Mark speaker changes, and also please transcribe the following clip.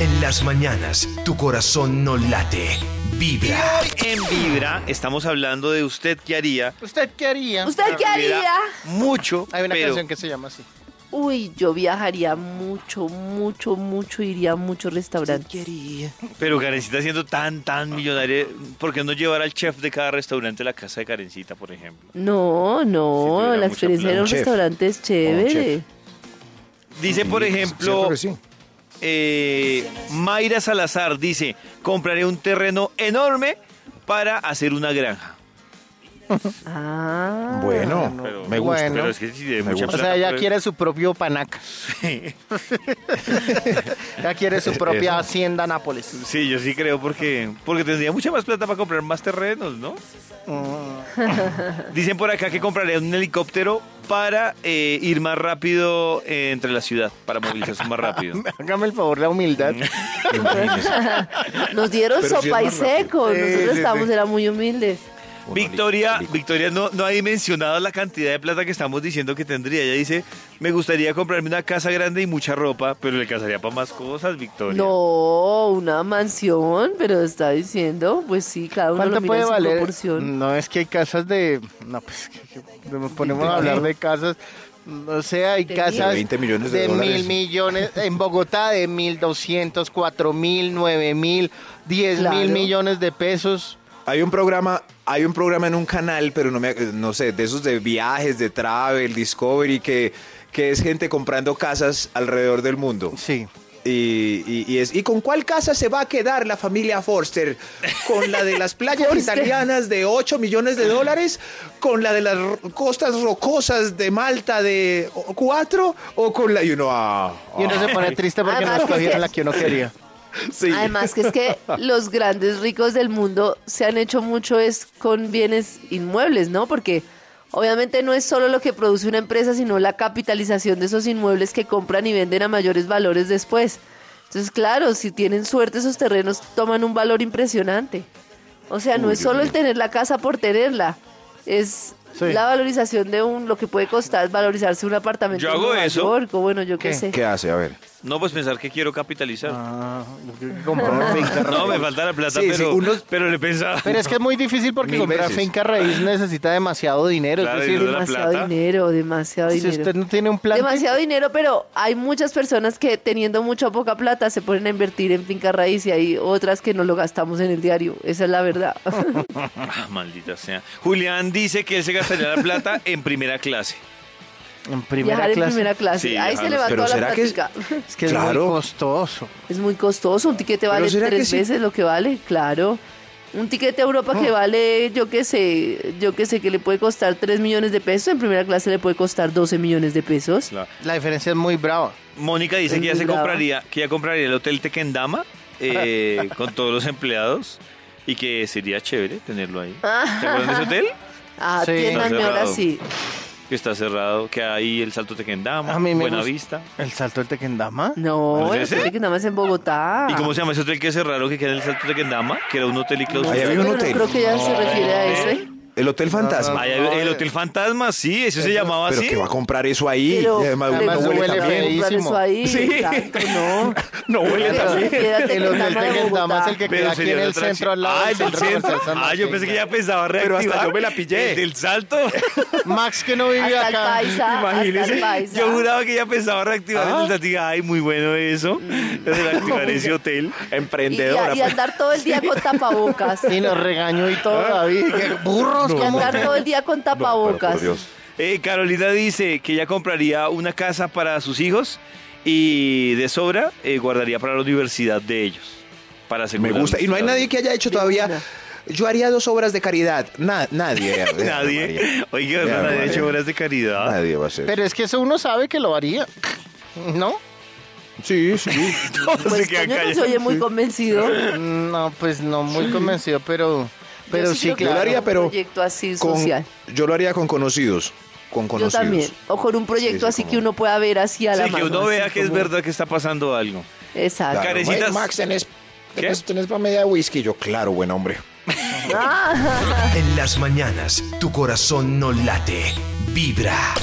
Speaker 1: En las mañanas, tu corazón no late, vibra.
Speaker 2: En Vibra estamos hablando de usted qué haría.
Speaker 3: ¿Usted qué haría? Ah,
Speaker 4: ¿Usted qué haría?
Speaker 2: Mucho,
Speaker 3: Hay una
Speaker 2: pero
Speaker 3: canción que se llama así.
Speaker 4: Uy, yo viajaría mucho, mucho, mucho, iría a muchos restaurantes.
Speaker 2: Pero Karencita siendo tan, tan millonaria, ¿por qué no llevar al chef de cada restaurante a la casa de Karencita, por ejemplo?
Speaker 4: No,
Speaker 2: Si
Speaker 4: no,
Speaker 2: tuviera mucha
Speaker 4: la experiencia de
Speaker 2: plata.
Speaker 4: los
Speaker 5: Un chef.
Speaker 4: restaurantes es chévere.
Speaker 5: chef.
Speaker 2: Dice, por ejemplo,
Speaker 5: Cierto que sí.
Speaker 2: eh, Mayra Salazar dice, compraré un terreno enorme para hacer una granja.
Speaker 4: Ah,
Speaker 5: Bueno,
Speaker 2: Pero,
Speaker 5: me gusta.
Speaker 3: Bueno.
Speaker 2: Pero es que si tiene
Speaker 5: Me
Speaker 2: mucha
Speaker 3: O
Speaker 5: gusta.
Speaker 2: plata, pues,
Speaker 3: sea, ella
Speaker 2: pero-
Speaker 3: quiere su propio panaca. ella quiere su propia hacienda Nápoles.
Speaker 2: Sí, yo sí creo porque, porque tendría mucha más plata para comprar más terrenos, ¿no?
Speaker 5: Mm.
Speaker 2: Dicen por acá que compraría un helicóptero para eh, ir más rápido eh, entre la ciudad, para movilizarse más rápido.
Speaker 3: Hágame el favor, la humildad.
Speaker 4: nos dieron
Speaker 5: Pero si es
Speaker 4: sopa y
Speaker 5: más rápido.
Speaker 4: seco.
Speaker 5: Sí,
Speaker 4: Nosotros
Speaker 5: sí, sí.
Speaker 4: estábamos, era muy humildes.
Speaker 5: Uno
Speaker 2: Victoria,
Speaker 5: li- li-
Speaker 2: Victoria no, no ha dimensionado la cantidad de plata que estamos diciendo que tendría. Ella dice, me gustaría comprarme una casa grande y mucha ropa, pero le casaría para más cosas, Victoria.
Speaker 4: No, una mansión, pero está diciendo, pues sí, cada uno lo
Speaker 3: ¿Cuánto
Speaker 4: mira
Speaker 3: puede
Speaker 4: en su
Speaker 3: valer?
Speaker 5: Mm,
Speaker 4: proporción.
Speaker 3: No, es que hay casas de... No, pues que- que nos ponemos a hablar de casas... O sea, hay
Speaker 4: De
Speaker 3: casas
Speaker 5: mil. 20 millones de dólares.
Speaker 3: mil millones en Bogotá de mil doscientos, cuatro mil, nueve mil, diez
Speaker 4: Claro.
Speaker 3: mil millones de pesos.
Speaker 5: Hay un programa, hay un programa en un canal, pero no me, no sé, de esos de viajes, de travel, Discovery, que, que es gente comprando casas alrededor del mundo.
Speaker 3: Sí.
Speaker 5: Y, y- y es, ¿Y con cuál casa se va a quedar la familia Forster? ¿Con la de las playas
Speaker 4: Forster.
Speaker 5: italianas de 8 millones de dólares? ¿Con la de las ro- costas rocosas de Malta de 4? ¿O con la...? Y uno, ah, ah,
Speaker 3: Y uno se pone triste porque no
Speaker 4: Además,
Speaker 3: escogieron
Speaker 4: porque-
Speaker 3: la que uno quería.
Speaker 5: sí.
Speaker 4: Además que es que los grandes ricos del mundo se han hecho mucho es con bienes inmuebles, ¿no? Porque obviamente no es solo lo que produce una empresa, sino la capitalización de esos inmuebles que compran y venden a mayores valores después. Entonces, claro, si tienen suerte esos terrenos toman un valor impresionante. O sea, no es solo el tener la casa por tenerla, es
Speaker 3: Sí.
Speaker 4: la valorización de un lo que puede costar valorizarse un apartamento
Speaker 2: Yo
Speaker 4: en
Speaker 2: hago
Speaker 4: Nueva
Speaker 2: eso.
Speaker 4: York, o bueno, yo qué,
Speaker 3: ¿Qué?
Speaker 4: sé.
Speaker 5: ¿Qué hace? A ver.
Speaker 2: No, pues pensar que quiero capitalizar.
Speaker 3: Ah, compró una finca
Speaker 2: No,
Speaker 3: raíz.
Speaker 2: me falta la plata,
Speaker 5: Sí, sí,
Speaker 2: pero,
Speaker 5: unos-
Speaker 2: pero le pensaba.
Speaker 3: Pero es que es muy difícil porque
Speaker 5: Mil
Speaker 3: comprar
Speaker 5: veces.
Speaker 3: finca raíz necesita demasiado dinero.
Speaker 2: Claro,
Speaker 3: es decir,
Speaker 2: y no la
Speaker 4: Demasiado
Speaker 2: plata.
Speaker 4: dinero, demasiado
Speaker 3: si
Speaker 4: dinero.
Speaker 3: usted no tiene un plan,
Speaker 4: Demasiado dinero, pero hay muchas personas que teniendo mucha o poca plata se ponen a invertir en finca raíz y hay otras que no lo gastamos en el diario. Esa es la verdad.
Speaker 2: Ah, maldita sea. Julián dice que él se gastaría la plata en primera clase.
Speaker 3: en primera
Speaker 4: Viajar en
Speaker 3: clase
Speaker 4: primera clase.
Speaker 2: Sí,
Speaker 4: Ahí se
Speaker 2: viajar,
Speaker 4: le va
Speaker 5: pero
Speaker 4: toda la
Speaker 5: ¿será que es-
Speaker 4: plática.
Speaker 3: es que es
Speaker 5: Claro.
Speaker 3: muy costoso.
Speaker 4: Es muy costoso, un tiquete vale
Speaker 5: ¿será que
Speaker 4: tres
Speaker 5: sí? Oh.
Speaker 4: veces lo que vale, claro. Un tiquete a Europa que vale, yo qué sé, yo qué sé, que le puede costar 3 millones de pesos, en primera clase le puede costar 12 millones de pesos.
Speaker 2: Claro.
Speaker 3: La diferencia es muy brava.
Speaker 2: Mónica dice
Speaker 4: Es
Speaker 2: que ya
Speaker 4: muy
Speaker 2: se
Speaker 4: brava.
Speaker 2: compraría, que ya compraría el hotel Tequendama eh, con todos los empleados y que sería chévere tenerlo ahí. ¿Se acuerdan de ese hotel?
Speaker 4: Ah,
Speaker 3: Sí.
Speaker 4: atiéndanme ahora
Speaker 2: Está cerrado.
Speaker 4: sí.
Speaker 2: Que está cerrado, que hay el Salto Tequendama,
Speaker 3: A mí me
Speaker 2: Buena
Speaker 3: gusta.
Speaker 2: Vista.
Speaker 3: ¿El salto del Tequendama?
Speaker 4: No,
Speaker 2: ¿No es
Speaker 4: el
Speaker 2: ese?
Speaker 4: hotel que nada más en Bogotá.
Speaker 2: ¿Y cómo se llama ese hotel que cerraron que queda en el Salto Tequendama? Que era un hotel y clausura.
Speaker 5: Ahí había un
Speaker 4: Pero no
Speaker 5: hotel.
Speaker 4: creo que ya se refiere a ese.
Speaker 5: El Hotel Fantasma.
Speaker 2: Ahí había- el Hotel Fantasma, sí, eso se llamaba
Speaker 5: Pero
Speaker 2: así.
Speaker 5: que va a comprar eso ahí.
Speaker 4: Pero
Speaker 5: y además
Speaker 3: Además
Speaker 5: uno
Speaker 3: no
Speaker 5: huele
Speaker 3: huele
Speaker 5: también.
Speaker 3: bien.
Speaker 4: comprar eso ahí,
Speaker 5: Sí.
Speaker 4: exacto, no.
Speaker 5: No huele
Speaker 4: Pero
Speaker 5: también.
Speaker 4: quédate en
Speaker 3: El
Speaker 4: el
Speaker 3: hotel
Speaker 4: Tama de
Speaker 3: Tequendama es el que
Speaker 2: Pero
Speaker 3: queda aquí
Speaker 2: sería
Speaker 3: en
Speaker 2: la
Speaker 3: el
Speaker 2: atracción.
Speaker 3: centro al lado
Speaker 2: Ah,
Speaker 3: del
Speaker 2: el del
Speaker 3: centro
Speaker 2: centro.
Speaker 3: comercial San
Speaker 2: Ah, yo
Speaker 3: Martín.
Speaker 2: pensé que ya pensaba
Speaker 5: Pero
Speaker 2: reactivar.
Speaker 5: hasta yo me la pillé.
Speaker 2: el del Salto.
Speaker 3: Max que no vive
Speaker 4: Hasta el
Speaker 3: acá.
Speaker 4: paisa, hasta el paisa.
Speaker 2: Yo juraba que ya pensaba reactivar
Speaker 5: Ah.
Speaker 2: el Delta. Dije, ay, muy bueno eso.
Speaker 4: Mm.
Speaker 2: Reactivar ese hotel.
Speaker 4: Y, y-
Speaker 5: Emprendedora. pues.
Speaker 4: y andar todo el día con tapabocas.
Speaker 3: Y nos regañó y todo, David. Qué burros,
Speaker 4: Y
Speaker 3: ¿cómo?
Speaker 4: andar todo el día con tapabocas.
Speaker 2: Eh, Carolina dice que ella compraría una casa para sus hijos y de sobra eh, guardaría para la universidad de ellos. Para
Speaker 5: Me
Speaker 2: asegurar
Speaker 5: gusta. Y no hay
Speaker 2: nuestra-
Speaker 5: nadie que haya hecho todavía.
Speaker 4: Divina.
Speaker 5: Yo haría dos obras de caridad. Na- nadie.
Speaker 2: Nadie. Oiga,
Speaker 5: Ya,
Speaker 2: ¿verdad? nadie ha
Speaker 5: María.
Speaker 2: hecho obras de caridad.
Speaker 5: Nadie va a ser.
Speaker 3: Pero es que eso uno sabe que lo haría. ¿No?
Speaker 5: Sí, sí.
Speaker 2: Todos se
Speaker 4: Pues
Speaker 2: quedan
Speaker 4: Toño no se
Speaker 2: callados.
Speaker 4: oye muy convencido.
Speaker 3: No, pues no muy convencido, pero, pero
Speaker 4: Yo
Speaker 3: sí,
Speaker 4: creo que
Speaker 5: claro.
Speaker 4: haría
Speaker 5: Yo lo haría, pero
Speaker 4: Un proyecto así
Speaker 5: Con-
Speaker 4: social.
Speaker 5: yo lo haría con conocidos. Con
Speaker 4: Yo
Speaker 5: conocidos.
Speaker 4: también. O con un proyecto
Speaker 5: Sí, sí,
Speaker 4: así
Speaker 5: como-
Speaker 4: que uno pueda ver así a la
Speaker 2: Sí, que
Speaker 4: mano.
Speaker 2: uno
Speaker 4: así
Speaker 2: vea que es
Speaker 4: como-
Speaker 2: verdad que está pasando algo.
Speaker 4: Exacto.
Speaker 5: Claro.
Speaker 2: Carecitas.
Speaker 5: Ay, Max, tenés,
Speaker 2: ¿Qué?
Speaker 5: tenés, tenés para media whisky. Yo, claro, buen hombre.
Speaker 4: Ah.
Speaker 1: En las mañanas, tu corazón no late, vibra.